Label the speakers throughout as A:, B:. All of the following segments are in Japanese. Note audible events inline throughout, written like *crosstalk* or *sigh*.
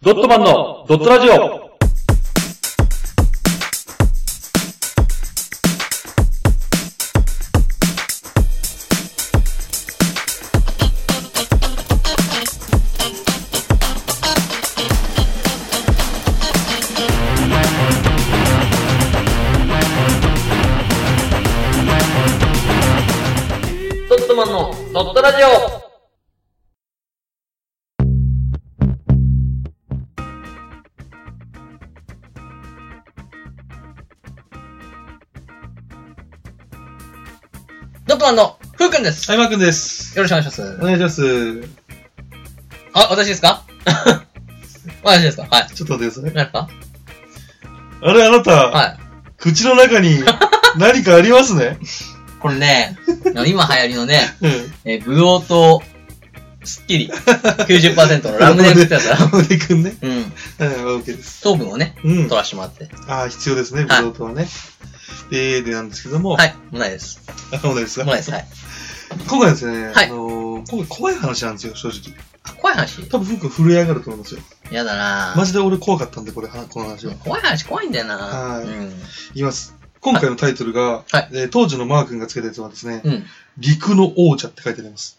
A: ドットマンのドットラジオ
B: ドットマンのドットラジオドットマンのふうくんです。
C: 相馬くんです。
B: よろしくお願いします
C: お。願いします。
B: あ、私です *laughs* か私ですかはい。
C: ちょっと待ってください。
B: 何ですか
C: あれ、あなた、
B: はい。
C: 口の
B: *laughs*
C: 中に何かありますね。
B: これ *laughs* ね、今流行りのね、
C: うん。
B: えー、ブドウと、スッキリ、90%のラムネ食ってた *laughs* から、
C: ラムネくんね。
B: うん、
C: うん、OK です。
B: 糖分をね、
C: うん
B: 取。らしてもらって。
C: ああ、必要ですね、ブ
B: はい
C: ドウ糖はね。えー、でなんですけども、
B: *laughs* はい、もうないです。
C: あ、そうです
B: もう
C: か
B: ないです。はい。
C: 今回はですね、
B: はい
C: あのー、今回怖い話なんですよ、正直。
B: あ怖い話
C: 多分、ふうくん震え上がると思うんですよ。
B: やだな
C: マジで俺怖かったんで、これ、はこの話は。
B: 怖い話怖いんだよな
C: はい
B: うん。
C: 言います。今回のタイトルが、
B: はい
C: えー当時のマー君がつけたやつはですね、
B: うん。
C: 陸の王者って書いてあります。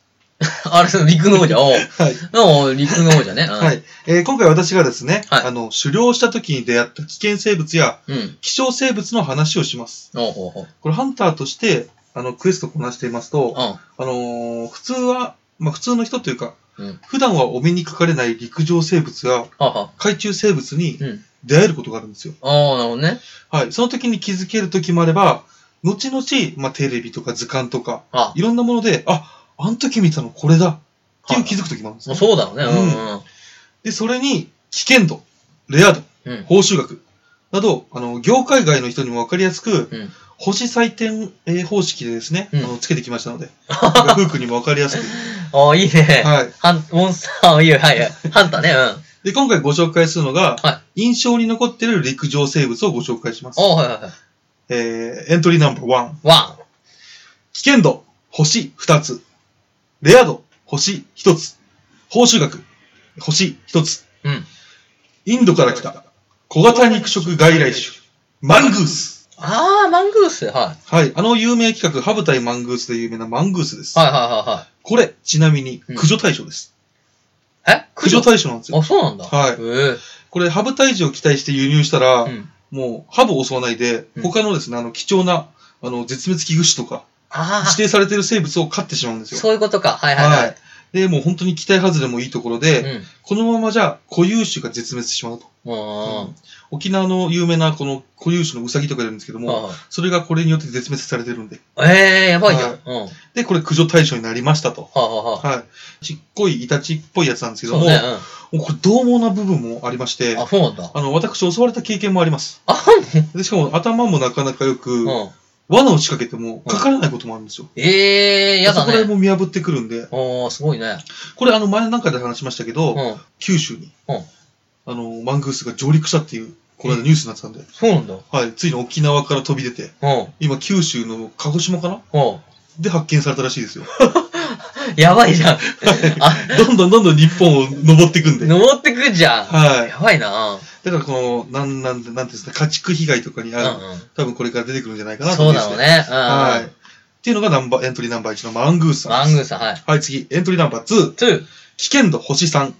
B: あれ、その陸の王者。おう
C: はい。
B: おう陸の王者ね。うん
C: はい。えー今回私がですね、
B: はい
C: あの、狩猟した時に出会った危険生物や
B: うん。
C: 希少生物の話をします。
B: おうほうほう。
C: これ、ハンターとして、あの、クエストをこなしていますと、あ
B: う
C: のー普通は、まあ、普通の人というか、
B: ん。うん。
C: 普段はお目にかかれない陸上生物や
B: はあ、はあ、
C: 海中生物に
B: うん。
C: 出会えることがあるんですよ。
B: ああ、なるほどね。
C: はい。その時に気づける時もあれば、後々、まあ、テレビとか図鑑とか、
B: あ
C: いろんなもので、あ、あの時見たのこれだっていう気づく時もあるんです
B: もう
C: ね。
B: そうだろうね。う
C: で、それに、危険度、レア度、
B: ん。うん。
C: 報酬額など、あの、業界外の人にも分かりやすく、
B: うん。うん。
C: 星採点、えー方式でですね、
B: うん
C: あのつけてきましたの
B: *laughs*
C: で、なんかフークにも分かりやすく。
B: ああ、いいね。
C: はい。
B: ハン、モンスター、あいいよ、はいはい。ハンターね、うん。あ
C: で、今回ご紹介するのが、
B: は
C: 印象に残っている陸上生物をご紹介します。
B: あ、はいはいはい。
C: えー、エントリーナンバー1。
B: ワ
C: 危険度、星2つ。レア度、星1つ。報酬額、星1つ。
B: ン。うん。
C: インドから来た、小型肉食外来種、マングース。
B: ああ、マングース。はい。はい
C: はい。あの有名企画、ハブ対マングースで有名なマングースです。
B: はいは
C: これ、ちなみに
B: うん、
C: 駆除対象です。
B: いはい。え
C: 駆除対象なんですよ。
B: あ、そうなんだ。
C: はい
B: え
C: これ、ハブ退治を期待して輸入したら、
B: え。うん。
C: もう、ハブを襲わないで
B: う、ん
C: 他のですね、あの、貴重な、あの、絶滅危惧種とか、
B: あ
C: 指
B: あ、
C: 定されている生物を飼ってしまうんですよ。
B: そういうことか。はいはいは
C: はいい。。で、もう本当に期待外れもいいところで、
B: うん。
C: このままじゃ、固有種が絶滅してしまうと。
B: うん
C: うん沖縄の有名な、この固有種のウサギとかいるんですけども、
B: うん
C: それがこれによって絶滅されてるんで。
B: ええやばいじゃん。
C: は
B: うん。は
C: で、これ、駆除対象になりましたと。
B: あ、はあはあ、
C: はい。ちっこいイタチっぽいやつなんですけど
B: そう
C: も、
B: ね。
C: もうこれ、獰猛な部分もありまして
B: うん。、あ、そうなんだ。
C: あの、私襲われた経験もあります。
B: あ、そう
C: で、しかも頭もなかなかよく、
B: うん。
C: 罠を仕掛けてもかからないこともあるんですよ。
B: ええやだ
C: そこら辺
B: ね。
C: も見破ってくるんで、
B: おー、すごいね。
C: これあの前なんかで話しましたけど、
B: うん。
C: 九州に、
B: うん
C: あの、マングースが上陸したっていう、この間ニュースになってたんで、
B: そうなんだ。
C: はい、ついに沖縄から飛び出て、
B: うん。うん。
C: 今九州の鹿児島かなで発見されたらしいですよ。
B: やばい
C: *laughs*
B: じゃん。あ、
C: どんどんどんどん日本を登っていくんで。
B: 登ってくじゃん。
C: はい。
B: やばいな。
C: だからこの、なん、なん、なんていうんですか、家畜被害とかに
B: うん
C: ある、
B: うん。
C: 多分これから出てくるんじゃないかなと
B: そう
C: 思いま
B: だ
C: す、
B: ろうね。うん。
C: はい。っていうのがナンバー、エントリーナンバー1のマングースさ
B: マ
C: ん
B: ン
C: です。
B: グース、はい。
C: はい、次、エントリーナンバー2。
B: 2。
C: 危険度星3、
B: うん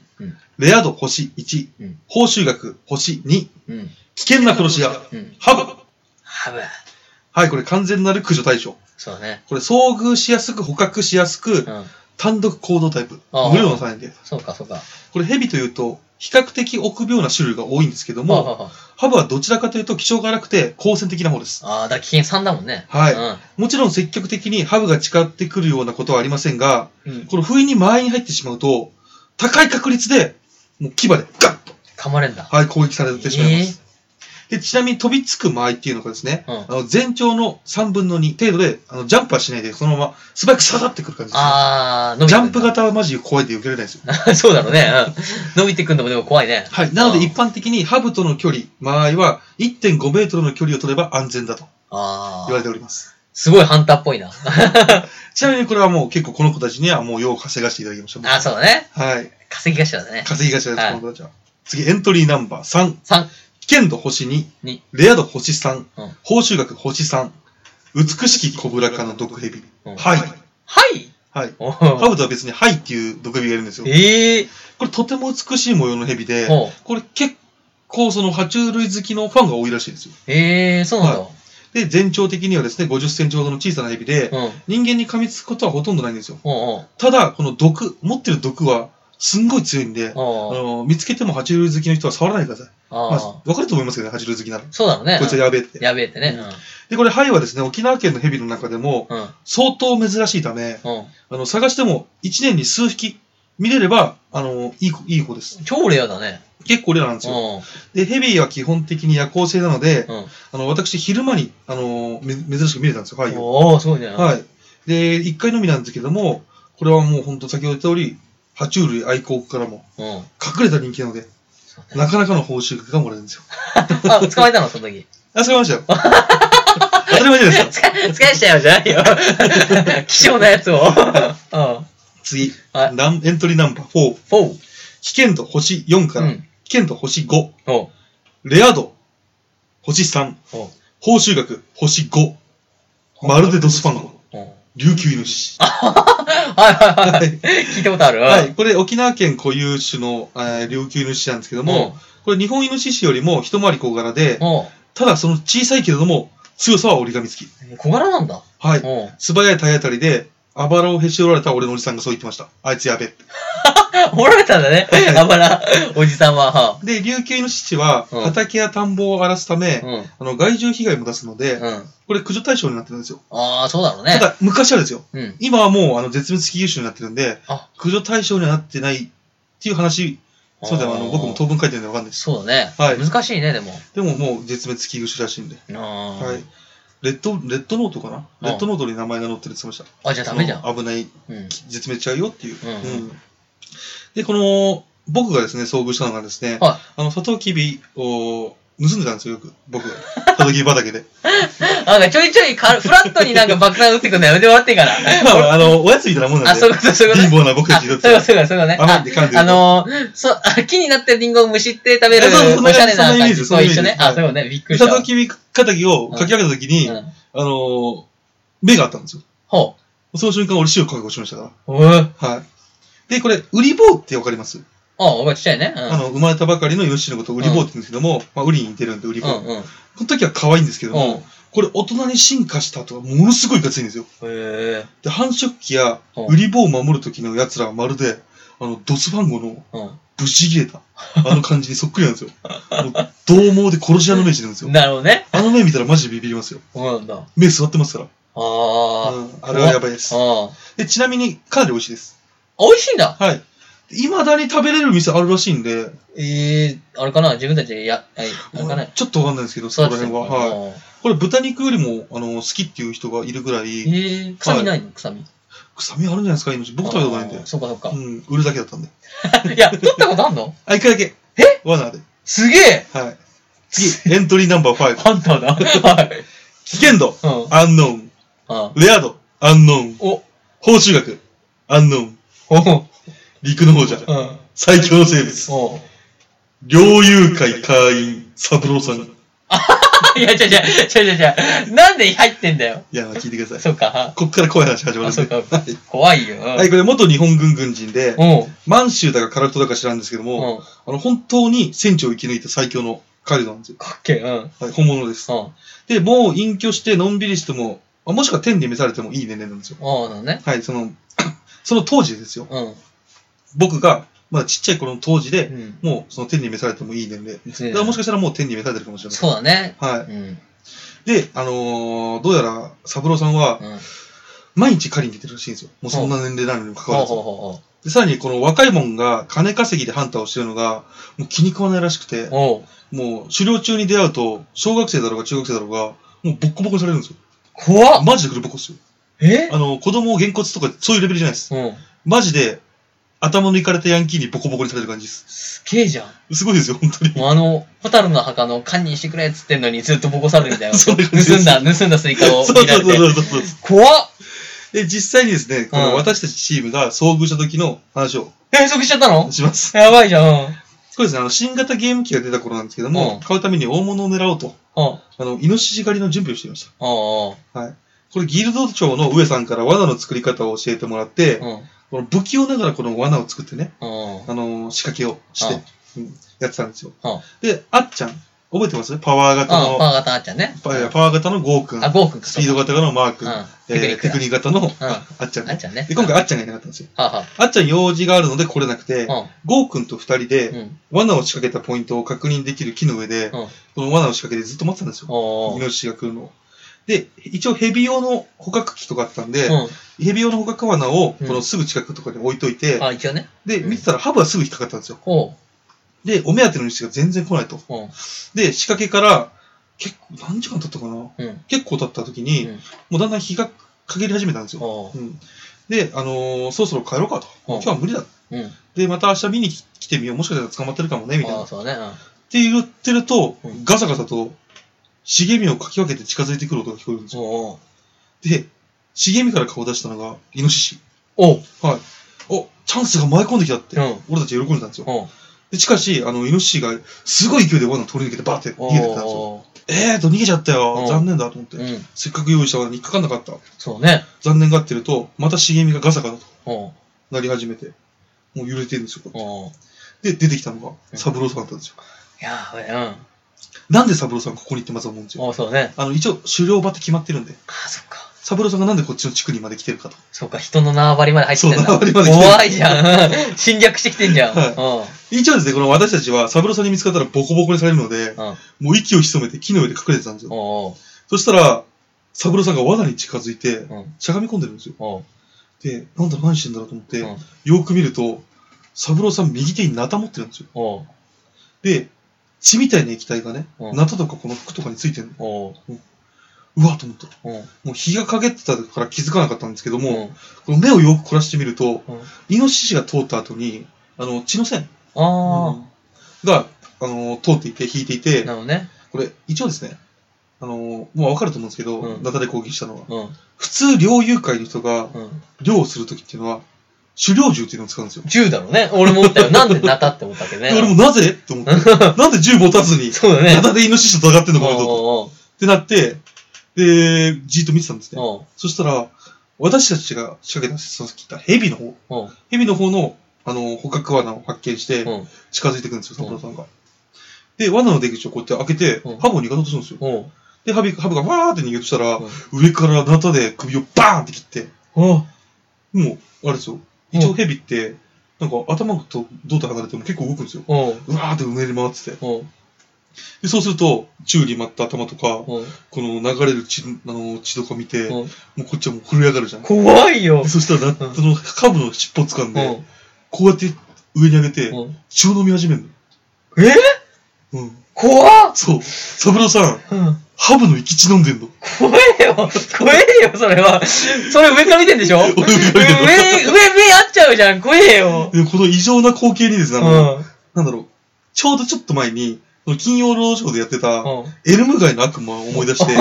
C: レア度星1、
B: うん
C: 報酬額星2、危
B: うん。
C: 険な殺し屋、
B: うん。
C: ハブ。
B: ハブ。
C: はい、これ完全なる駆除対象。
B: そうね。
C: これ遭遇しやすく捕獲しやすく
B: う、ん。
C: 単独行動タイプ。
B: ああ
C: 無料の単位で。
B: そうか、そうか。
C: これヘビというと、比較的臆病な種類が多いんですけど
B: はあ
C: も、
B: はあは
C: ハブはどちらかというと気性が荒くて、好戦的な方です。
B: ああー、だから危険3だもんね。
C: はい
B: い。
C: もちろん積極的にハブが近寄ってくるようなことはありませんが、
B: うん。
C: この不意に間合いに入ってしまうと、高い確率で、もう牙でガッと、
B: 噛まれんだ。
C: はい、攻撃されてしまいます。で、ちなみに飛びつく間合いっていうのがですね、
B: うん
C: あの全長の3分の2程度で、あのジャンプはしないで、そのまま素早く下がってくる感じです、ね。
B: ああ、伸び
C: ジ
B: てく
C: ャ
B: んだ
C: ンプ型はマジ怖いで避けられないですよ。
B: *laughs* そうだろうね。うん伸びてくんのもでも怖いね。
C: はい。なの
B: うん
C: で一般的にハブとの距離、間合いは1.5メートルの距離を取れば安全だと
B: あ
C: 言わ
B: あ。
C: れております。
B: すごいハンターっぽいな。
C: ちなみにこれはもう結構この子たちにはもう用を稼がしていただきましょう。
B: あそうだね。
C: はい。
B: 稼ぎ頭だね。
C: 稼ぎ頭です、
B: はい
C: この子たちは。次、エントリーナンバー3。
B: 3。
C: 危険度星2。
B: 二
C: レア度星3。
B: うん
C: 報酬額星3。美しきコブラ科の毒蛇。
B: うん
C: はい。
B: はい
C: はい。
B: お
C: ハ
B: う
C: ブとは別にハイっていう毒蛇がいるんですよ。
B: ええ
C: これとても美しい模様の蛇で、
B: おう
C: これ結構その爬虫類好きのファンが多いらしいですよ。
B: ええそうなんだ。
C: で、全長的にはですね、50センチほどの小さな蛇で、
B: うん。
C: 人間に噛みつくことはほとんどないんですよ。
B: おう
C: ただ、この毒、持ってる毒は、すんごい強いんで、あ
B: おうおう
C: の見つけても爬虫類好きの人は触らないでください。まあ、
B: ああ。
C: わかると思いますけどね、爬虫類好きなら。
B: そうだろうね。
C: こいつはやべえって。
B: やべえってね。
C: で、これ、ハイはですね、沖縄県の蛇の中でも、
B: うん。うん。
C: 相当珍しいため、
B: うん。
C: あの、探しても、1年に数匹見れれば、あの、いい子、いい子です。
B: 超レアだね。
C: 結構レアなんですよ。
B: う
C: で、ヘビは基本的に夜行性なので、
B: ん。うん。
C: あの、私、昼間に、あの、め珍しく見れたんですよ、ハイを。
B: おおすごいね。
C: はい。で、1回のみなんですけども、これはもう本当先ほど言った通り、爬虫類愛好家からも
B: うん。
C: 隠れた人気なので、
B: そうだね
C: なかなかの報酬額がもらえるんですよ。
B: あ、捕まえたのその時。
C: あ、使い
B: *laughs*
C: ましたよ。当たり前じゃない *laughs* です
B: 使
C: か。
B: い、使いしたよじゃないよ。*laughs*
C: *laughs*
B: 希少なやつを。うん。
C: 次、
B: はい
C: ランエントリーナンバー4。
B: フォー。
C: 危険度星4か
B: う
C: ら、
B: ん。
C: 危険度星5。
B: おう
C: レア度星3。
B: おう
C: 報酬額星5。まるでドスパンゴ。
B: おう
C: 琉球イノシシ。
B: はいはいはい。聞いたことある
C: は。い。これ沖縄県固有種の、えー琉球イノシシなんですけども、これ日本イノシシよりも一回り小柄で、
B: うん、おう
C: ただその小さいけれども、強さは折り紙付き。
B: 小柄なんだ。
C: はい。
B: おう
C: 素早い体当たりで、あばらをへし折られた俺のおじさんがそう言ってました。あいつやべって。
B: おられたんだ
C: *laughs*
B: ね。あばら、おじさんは。は
C: で、琉球イノシシは、
B: うん
C: 畑や田んぼを荒らすため
B: あ、うん。
C: あの、害獣被害も出すので、
B: うん。
C: これ駆除対象になってるんですよ。
B: ああ、そうだろうね
C: た。だ、昔はですよ。
B: うん。
C: 今はもう、あの、絶滅危惧種になってるんで
B: あ、
C: 駆除対象にはなってないっていう話、そうだよ、あの、僕も当分書いてるんでわかんないです。
B: そうだね。
C: はい
B: 難しいね、でも。
C: でももう、絶滅危惧種らしいんで。
B: は
C: はい。。レッド、レッドノートかな
B: うん
C: レッドノートに名前が載ってるって言ってました。
B: あ、じゃあダメじゃん。
C: あの危ない
B: うん。
C: 絶滅しちゃうよっていう。
B: うん
C: うんで、この、僕がですね、遭遇したのがですね、
B: は
C: あの、サトウキビを盗んでたんですよ、よく。
B: *laughs*
C: 僕が。サトウキビ畑で。
B: なんかちょいちょいか、フラットになんか爆弾打ってくんのやめてもらっていいかな。
C: まあ、あの、おやつみたいなもんな
B: あ、
C: ん
B: そうい
C: で
B: う、こと、そういうこと
C: 貧
B: ね。
C: 乏な僕た
B: あ、
C: ち
B: そ
C: に
B: う
C: と
B: い
C: っ
B: うこと、
C: ては。
B: そういうことね。
C: 甘いって感じ
B: あのー、そう、あ木になってるリンゴをむしって食べる
C: えそうそうそん、な
B: おしゃれな
C: そんなイメ
B: 感
C: ージ
B: じ。そ
C: そんな
B: う、
C: イメージ
B: 一緒ね。あ、そうよね。びっくりし
C: サ
B: た。
C: トウキビ畑をかき上げた時に、
B: う
C: あ
B: ん
C: の、目があったんですよ。
B: ほ
C: その瞬間、俺死を覚悟しましたか
B: う。う
C: ら。はい。で、これ、ウリボウってわかります
B: あ、おばちっちゃいね。うん
C: あの、生まれたばかりのヨッシーのことをウリボウって言うんですけども、まあ、ウリに似てるんでウリボウ。
B: うんうん。
C: この時は可愛いんですけども、
B: うん。
C: これ大人に進化した後はものすごいガツいんですよ。
B: へえ。
C: で、繁殖期や
B: うん
C: ウリボウを守る時の奴らはまるで、あの、ドスファンゴの
B: う
C: ぶち切れた、あの感じにそっくりなん
B: *laughs*
C: ですよ。もう、獰猛で殺し屋の目してるんですよ
B: ん。。なるほどね。
C: あの目見たらマジでビビりますよ。
B: そうなんだ。あ
C: 目座ってますから。
B: あ。
C: うんあれはやばいです。
B: あ
C: で、ちなみに、かなり美味しいです。
B: あ。美味しいんだ。
C: はい。いまだに食べれる店あるらしいんで、
B: ええ、あれかな自分たちでや、はい、あれかな
C: ちょっとわかんないですけど、そこら辺は。はい。
B: はい。
C: これ豚肉よりも、あの、好きっていう人がいるぐら
B: え
C: い、
B: ー、臭みないの臭み。
C: 臭みあるんじゃないですか、命。僕食べたことないんで
B: あー。そうかそうか
C: う。ん、売るだけだったんで。
B: *laughs* いや、取ったことあんの
C: あ、一回だけ。え罠で。
B: すげえ
C: はい。 *laughs* 次、エントリーナンバー5。
B: ハンター
C: *laughs*
B: だ。はい。
C: 危険度、
B: うん。
C: アンノーン。
B: あ
C: レア度、アンノーン。
B: お、
C: 報酬額、アンノーン。
B: お、
C: 陸の王者、
B: うん。
C: 最強の生物。
B: お *laughs*
C: 猟友会会員、サブローさん。
B: い
C: い
B: や、違う違う違う違う違う。なんで入ってんだよ。
C: や、聞いてください。
B: そうか。
C: こっから怖い話始
B: あ、
C: まるんで
B: そう。か
C: はい。
B: 怖いよ。うん
C: はい、これ元日本軍軍人で、
B: おう。
C: 満州だかカラクトだか知らんですけども、
B: うん。
C: あの、本当に戦地を生き抜いた最強の狩人なんですよ。
B: かっけえ。うん。うん。
C: はい、本物です。
B: あ
C: で、もう隠居して、のんびりしても、あもしくは天に召されてもいい年齢なんですよ。
B: あ、なのね。
C: はい、その、 *coughs* その当時ですよ。
B: うん。
C: 僕が、まだちっちゃい頃の当時
B: う
C: で、
B: ん。
C: もうその天に召されてもいい年齢。だ
B: だ
C: からもしかしたらもう天に召されてるかもしれません。
B: そうだね。
C: は
B: うん。
C: い。で、あのーどうやら、三郎さんは、
B: うん。
C: 毎日狩りに出てるらしいんですよ。もうそんな年齢なのにもかかわ
B: ほうほ
C: らず
B: う。ほ
C: で、さらにこの若いもんが金稼ぎでハンターをしてるのが、もう気に食わないらしくて
B: う、ほう。おう。
C: もう狩猟中に出会うと、小学生だろうが中学生だろうが、もうボッコボコにされるんですよ。
B: 怖っ
C: マジで黒ボコですよ。
B: え
C: あの、子供をげんこつとかそういうレベルじゃないです。
B: うん。
C: マジで、頭のいかれたヤンキーにボコボコにされる感じです。
B: すげえじゃん。
C: すごいですよ、本当に。
B: もうあの、ホタルの墓の堪忍してくれっつってんのにずっとボコされるみたいな。
C: *laughs* そ
B: 盗
C: ういうことです
B: んだ、盗んだスイカを
C: そう
B: 見ら
C: そう
B: れて。
C: そうそうそう。
B: 怖っ
C: で、実際にですね、この私たちチームが遭遇した時の話を
B: 変則しちゃったの
C: します。
B: やばいじゃん。うん
C: こそうですね、あの、新型ゲーム機が出た頃なんですけども、
B: うん
C: 買うために大物を狙おうと、
B: うん。うん。
C: あの、イノシシ狩りの準備をしていました。
B: うん。
C: はい。これ、ギルド長の上さんから罠の作り方を教えてもらって、
B: うん。
C: この不器用ながらこの罠を作ってね、
B: うん。
C: あのー仕掛けをして、うんやってたんですよ。
B: うん
C: で、あっちゃん、覚えてますパワー型
B: あ
C: の、
B: パワー型あっちゃんね。
C: パパワー型のゴーくん
B: あ、、ゴーくんか。
C: スピード型のマー
B: う
C: 君、
B: ん。
C: えーテクニック型の
B: だうん。
C: あっちゃん
B: あっ
C: ね。
B: ちゃんね。
C: で、今回あっちゃんがいなかったんですよ。
B: はあは
C: あっちゃん用事があるので来れなくて、
B: あ。
C: ゴーくんと二人
B: うん。
C: で
B: うん。
C: 罠を仕掛けたポイントを確認できる木の上で、
B: うん
C: その罠を仕掛けてずっと待ってたんですよ。
B: お
C: イ
B: ー。
C: ノシシが来るのを。で、一応ヘビ用の捕獲器とかあったんで、
B: う
C: ヘビ用の捕獲罠をこ
B: う
C: の
B: ん
C: すぐ近くとかに置いといて、
B: ん。あ、一応ね。
C: で、見てたらハブはすぐ引っかかったんですよ。
B: おう。
C: で、お目当ての虫が全然来ないと。
B: うん。
C: で、仕掛けから、結構、何時間経ったかな
B: うん。
C: 結構経った時に、
B: うん
C: もうだんだん日が陰り始めたんですよ。
B: おう
C: う。ん、で、あのーそろそろ帰ろうかと。
B: うん
C: 今日は無理だ。
B: うん。
C: で、また明日見に来来てみよう。もしかしたら捕まってるかもね、みたい
B: あ
C: な。
B: あ、
C: っ
B: そうね。うん。
C: て言ってると、
B: うん
C: ガサガサと、茂みをかき分けて近づいてくる音が聞こえるんですよ。
B: おう。
C: で、茂みから顔を出したのが、イノシシ。
B: おう。
C: はい。お、チャンスが舞い込んできたって、
B: うん
C: 俺たち喜んでたんですよ。
B: おう。
C: でしかし、あの、イノシシが、すごい勢いで罠を取り抜けて、バーって逃げてったんですよ。
B: おう。
C: えーと、逃げちゃった
B: う
C: よ。
B: ん
C: 残念だと思って。
B: うん。
C: せっかく用意した罠に引っかかんなかった。
B: そうね。
C: 残念がってると、また茂みがガサガサと
B: おう。
C: なり始めて、もう揺れてるんですよ。こうやっ
B: おう。
C: てで、出てきたの
B: う
C: が、
B: ん
C: サブローさんだったんですよ。
B: やばい。うん。
C: なんでサブローさんここに行ってまず思うんですよ。
B: おう、そうね。
C: あの、一応、狩猟場って決まってるんで、
B: ああ、そっか。
C: サブローさんがなんでこっちの地区にまで来てるかと。
B: そうか、人の縄張りまで入ってんだ。
C: そう縄張りまで来てる
B: 怖いじゃん。うん侵略してきてんじゃん。
C: は一応ですね、この私たちは、サブローさんに見つかったらボコボコにされるので、
B: うん。うん。
C: もう息を潜めて木の上で隠れてたんですよ。
B: おう
C: そしたら、サブローさんが罠に近づいて、
B: おう。うん。
C: しゃがみ込んでるんですよ。
B: おう。
C: で、なんだろう、何してんだろうと思って、
B: うん
C: よく見ると、サブローさん右手にナタ持ってるんですよ。
B: おう。
C: で、血みたいな液体がね、
B: うん
C: ナタとかこの服とかについてるの。
B: おう。
C: うわと思った。
B: おう。
C: もう日が陰ってたから気づかなかったんですけども、
B: う。
C: この目をよく凝らしてみると、
B: うん
C: イノシシが通った後に、あの、血の線
B: あ
C: が、あの、通っていて、引いていて
B: あ。な、るほどね。
C: これ、一応ですね、あの、もうわかると思うんですけど、
B: うん
C: ナタで攻撃したのは。
B: うん。
C: 普通、猟友会の人が
B: うん。
C: 猟をするときっていうのは、狩猟銃っていうのを使うんですよ。
B: 銃だろうね。俺も思ったよ。なんでナタって思ったっけどね。
C: で *laughs* 俺もなぜっ
B: *laughs*
C: て思って、なんで銃持たずに、
B: そうだね。
C: ナタでイノシシと戦ってんのかなと思って。
B: おう
C: ってなって、で、じーっと見てたんですね。
B: おう。
C: そしたら、私たちが仕掛けた、その時言った蛇の方、
B: おう。おう。
C: 蛇の方の、あの、捕獲罠を発見して、
B: うん
C: 近づいてくるんですよ、サブローさんが。で、罠の出口をこうやって開けて
B: うん、
C: ハブを逃がそうとするんですよ。
B: おう。
C: で、ハブハブがわーって逃げようとしたら、
B: うん
C: 上からナタで首をバーンって切って、
B: おう。
C: もう、あれですよ。一応蛇って、なんか頭と胴体離れても結構動くんですよ。
B: おう。
C: うわーってうねり回ってて。
B: おう。
C: で、そうすると、宙に舞った頭とか、
B: おう。
C: この流れる血あの血とか見て、も
B: おう
C: うこっちはもう震え上がるじゃん。
B: 怖いよ
C: で。そしたら、
B: うん
C: その、カブの尻尾掴ん
B: お
C: で、
B: う。
C: こうやって上に上げて、
B: おう
C: 血を飲み始める
B: えー
C: の。うん。
B: 怖っ
C: そう。サブローさん、
B: うん。
C: ハブの生き血飲んでんの。
B: 怖えよ怖えよそれはそれ上から見てんでしょ上、上、
C: 上
B: 上
C: から
B: 合っちゃうじゃん怖えよ
C: で、この異常な光景にです
B: う
C: ね、
B: ん。
C: あの、なんだろう、ちょうどちょっと前に、その金曜ロードショーでやってた、
B: うん
C: エルム街の悪魔を思い出して、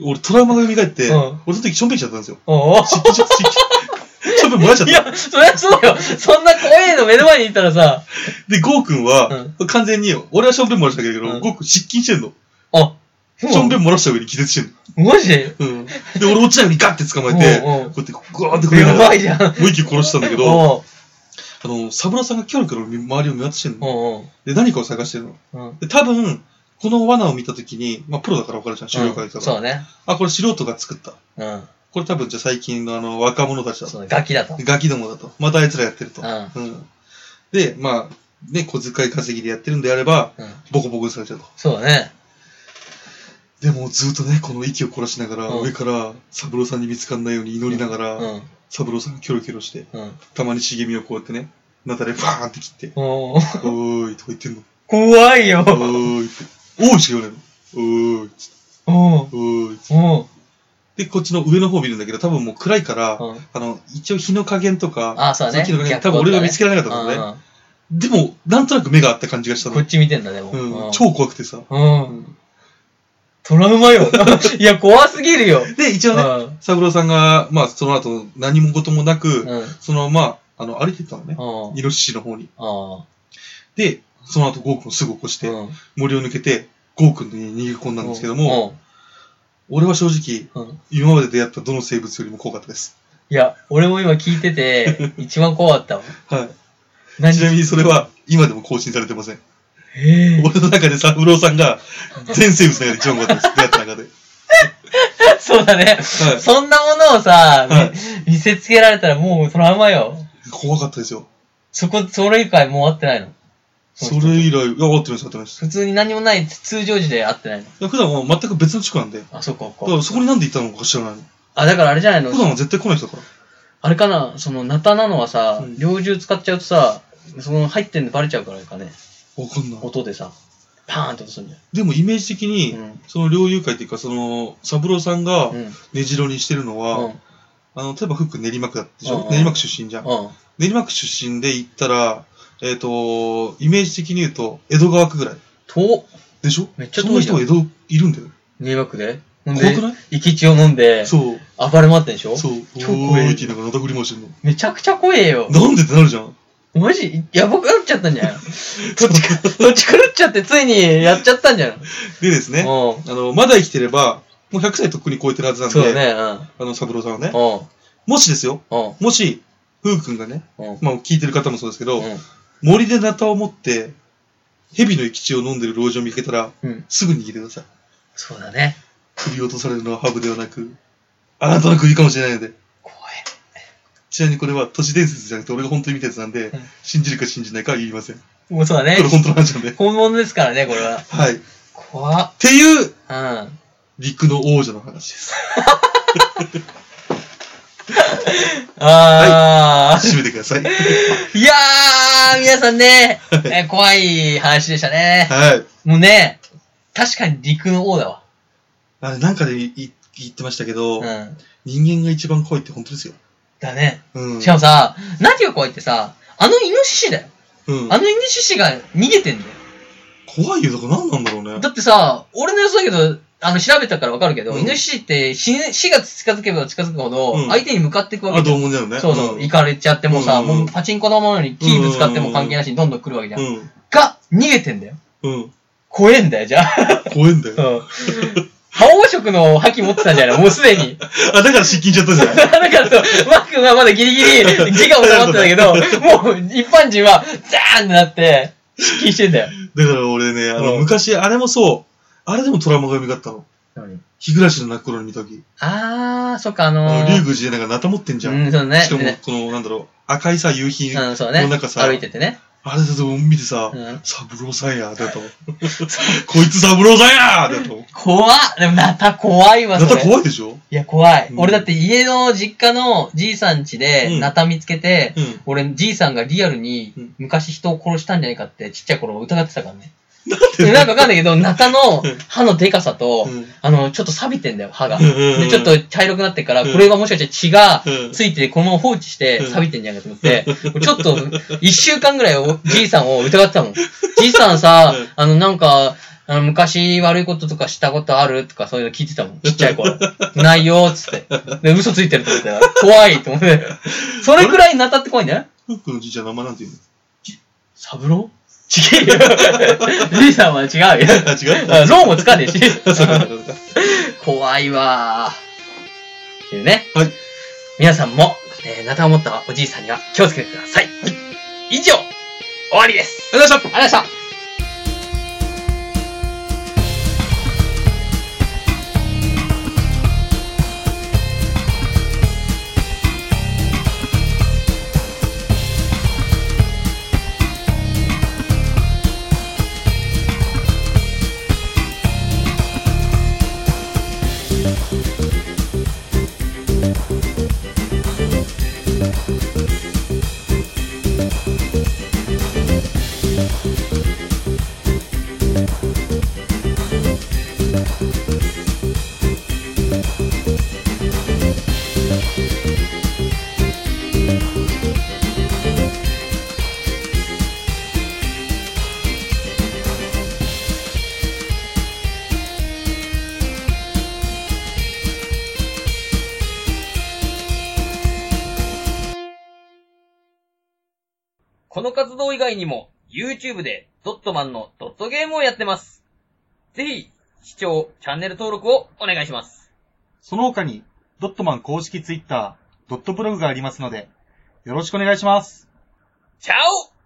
C: 俺トラウマが蘇って、
B: うん
C: 俺その時しょんべんしちゃったんですよ。
B: お
C: 湿気、湿 *laughs* 気、しょんべん漏らしちゃっ
B: い
C: た。
B: や、そりゃそうよそんな怖えの目の前にいたらさ、
C: で、ゴーくんは、完全に、俺はしょんべん漏らしたけど、
B: うん
C: ゴーくん失禁してんの。
B: あ、
C: しょんべ
B: ん
C: ん漏らした上に気絶してんの。
B: マジで
C: うん。で、俺落ちないようにガッて捕まえて、
B: うんうん
C: こうやって、グワーってこうや
B: や
C: りながら
B: ばいじゃん。
C: もう息殺してたんだけど、
B: おう
C: あの、サブローさんがキョロキョロ周りを見渡してんの。
B: おう
C: で、何かを探してるの。
B: おう
C: で、多分、この罠を見たときに、まあ、プロだから分かるじゃん、狩猟会だから。
B: そうね。
C: あ、これ素人が作った。
B: うん。
C: これ多分、じゃあ最近のあの、若者たちだと。
B: そうね、ガキだと。
C: ガキどもだと。またあいつらやってると
B: う。ん。
C: うん。で、まあ、ね、小遣い稼ぎでやってるんであれば、
B: うん
C: ボコボコにされちゃうと。
B: そうね。
C: でもずっとね、この息を凝らしながら、
B: うん
C: 上から、三郎さんに見つかんないように祈りながら、
B: うん。
C: 三郎さんがキョロキョロして、
B: うん。
C: たまに茂みをこうやってね、なたでバーンって切って、
B: おう
C: おーいとか言ってんの。
B: 怖いよ
C: おーいって。おーいしか言わないの。おーいっつって、
B: おう
C: おーいっつっ
B: おう
C: て。で、こっちの上の方見るんだけど、多分もう暗いから、
B: うん
C: あの、一応日の加減とか、
B: あ、そうだ
C: さっ
B: ね。
C: きの加減、
B: 逆
C: 多分俺が見つけられなかったんだ
B: う
C: ね。
B: ん
C: でも、なんとなく目があった感じがした
B: こ
C: の
B: っ。ち見てんだ、でも。
C: うん、超怖くてさ。
B: うん。トラウマ
C: *laughs*
B: よ。いや、怖すぎるよ。
C: で、一
B: う
C: 応ね、
B: ん。
C: 三郎さんが、まあ、その後、何も事もなく、
B: うん。
C: そのまま、あの、歩いてったのね。
B: うん。
C: イノシシの方に。
B: あ
C: で、その後ゴー君をすぐ起こして、
B: うん
C: 森を抜けて、ゴー君の家に逃げ込んだんですけども、、俺は正直、
B: うんうん
C: 今まで出会ったどの生物よりも怖かったです。
B: いや、俺も今聞いて
C: *laughs*
B: て、一番怖かったわ。
C: はい。
B: 何
C: ちなみにそれは今でも更新されてません。
B: えー
C: 俺の中で三郎さんが全生物の中で一番怖かったです。出会った中で。
B: そうだね。
C: はい
B: そんなものをさ、
C: はい
B: み見せつけられたらもうトラウマよ。
C: 怖かったですよ。
B: そこ、それ以外もう会ってないの。
C: それ以来、いや、合ってます、合ってます。
B: 普通に何もない通常時で会ってないの。
C: いや普段は全く別の地区なんで、だ
B: あ、そっか、そっか
C: からそこになんで行ったのか知らない。
B: あ、だからあれじゃないの
C: 普段は絶対来ない人だか
B: あれかなその、ナタなのはさ
C: う、ん
B: 猟銃使っちゃうとさ、その、入ってんのバレちゃうからかね。
C: ら。わかんない。
B: 音でさ、パーンって音するんじ
C: でもイメージ的に、
B: ゃん。うん。
C: その猟友会っていうか、その、三郎さんが
B: うん。
C: 根城にしてるのは、
B: うん
C: あの、例えば福練馬区だったでし
B: うんう
C: ょ
B: ん
C: 練馬区出身じゃん。
B: うん。
C: 練馬区出身で行ったら、えっ、と、イメージ的に言うと、江戸川区ぐらい。
B: と、
C: でしょ
B: めっちゃ
C: そんな
B: 遠いじゃ
C: 人
B: ん
C: は江戸いるんだよ。
B: 迷惑で。ほん
C: 怖
B: で
C: く、ない
B: 生き血を飲んで、
C: そう。
B: 暴れ回ってんでしょ
C: そう。
B: 超怖
C: お
B: え
C: ーいって言いながらのたぐり回してんの。
B: めちゃくちゃ怖えよ。
C: なんでってなるじ
B: *laughs*
C: ゃん。
B: マジやばくなっちゃったんじゃないどっちか、どっち狂っちゃって、ついにやっちゃったんじゃない
C: でですね、
B: う
C: あの、まだ生きてれば、もう100歳とっくに超えてるはずなん
B: ん。
C: で、
B: そうだね、
C: あの、三郎さんはね、
B: うん。うん。
C: もしですよ、
B: うん。
C: もし、ふうくんがね、
B: うん。
C: まあ聞いてる方もそうですけど、
B: うん
C: 森でナタを持って、蛇の生き血を飲んでる老人を見かけたら、
B: うん。
C: すぐ逃げてください。
B: そうだね。
C: 首を落とされるのはハブではなく、あなたの首かもしれないので。
B: 怖い。
C: ちなみにこれは都市伝説じゃなくて、俺が本当に見たやつなんで、
B: うん
C: 信じるか信じないかは言いません。こ
B: もうそうだね
C: れ。本当の話なんで。
B: 本物ですからね、これは。
C: はい。っ
B: 怖って
C: いう、
B: うん。
C: 陸の王女の話
B: *laughs*
C: です。
B: あー。
C: 締めてください。
B: い、やー、皆さん
C: *laughs*
B: ね、えー怖い話でしたね。
C: はい。
B: もうね、確かに陸の王だわ。
C: あれ、なんかでいい言ってましたけど、
B: うん。
C: 人間が一番怖いって本当ですよ。
B: だね。
C: うん。
B: しかもさ、何が怖いってさ、あのイノシシだよ。
C: うん
B: あのイノシシが逃げてんだよ。
C: 怖いよ。だから何なんだろうね。
B: だってさ、俺の予想だけど、あの、調べたからわかるけど、
C: うん
B: イノシシって死ぬ、死が近づけば近づくほ
C: う
B: ど、
C: ん
B: 相手に向かっていくわけ
C: あ、
B: じゃん
C: どうもだよね。
B: そうそう、
C: ん
B: 行かれちゃってもさ、
C: うんうんうん
B: もうパチンコのものに木ぶつかっても関係なしにどんどん来るわけじゃん。
C: うん。
B: が、逃げてんだよ。
C: うん。
B: 怖えんだよ、じゃあ。
C: *laughs* 怖いんだよ。
B: そう。覇王色の覇気持ってたんじゃないもうすでに。 *laughs*
C: あ、だから失禁しちゃったんじゃない
B: だからそう、マックがまだギリギリ自我を収まってたけど、もう一般人は、ザーンってなって、失禁してんだよ。
C: だから俺ね、あの、
B: うん
C: 昔、あれもそう、あれでもトラウマが蘇ったの。日暮らしの泣く頃に見た時。
B: あー、そっか、あ
C: あ
B: のー、
C: の、竜宮寺でなんかナタ持ってんじゃん。
B: うん、そうね。
C: しかも
B: ね、
C: この、なんだろう、赤いさ、夕日、
B: うん、そうね。
C: この中さ
B: 歩いててね。
C: あれだと見てさ
B: う、ん。
C: 三郎さんや、だと。 *laughs* こいつ三郎さんやだと。
B: 怖っでも、ナタ怖いわ、
C: ナ
B: それ。
C: タ怖いでしょ
B: いや、怖い。
C: うん
B: 俺だって家の実家のじいさん家
C: うん
B: で、ナタ見つけて、
C: うん。
B: 俺、じいさんがリアルに
C: うん
B: 昔人を殺したんじゃないかって、ちっちゃい頃疑ってたからね。
C: で
B: でなんかわかんないけど、ナタの
C: うん
B: 歯のデカさと
C: う、ん
B: あの、ちょっと錆びてんだよ、歯が。
C: うんうんうん
B: で、ちょっと茶色くなってから、
C: うん
B: これがもしかして血が
C: うん
B: ついて、このまま放置して
C: うん
B: 錆びてんじゃないかと思っ
C: *laughs*
B: て、ちょっと、一週間ぐらいおじいさんを疑ってたもん。じいさんさ
C: うん、
B: あの、なんか、あの昔悪いこととかしたことあるとかそういうの聞いてたもん。ちっちゃい
C: *laughs*
B: 頃。ないよーっつって。で、嘘ついてると思って。怖いと思って。それくらいナタって怖いんだよ。
C: フックのじいちゃん名前なんて言う
B: *laughs*
C: の
B: サブロー違
C: *laughs*
B: うよ。じいさんは違うよ。
C: あ、違う
B: あローもつかねえし。
C: あ *laughs* そうかそうか
B: 怖いわー。っていうね。
C: はい。
B: 皆さんも、えー、ナタを持ったおじいさんには気をつけてください。以上、終わりです。ありがとうございました。ありがとうございました。この活動以外にも、 YouTube でドットマンのドットゲームをやってます。ぜひ、視聴、チャンネル登録をお願いします。
D: その他に、ドットマン公式ツイッター、ドットブログがありますので、よろしくお願いします。
B: チャオ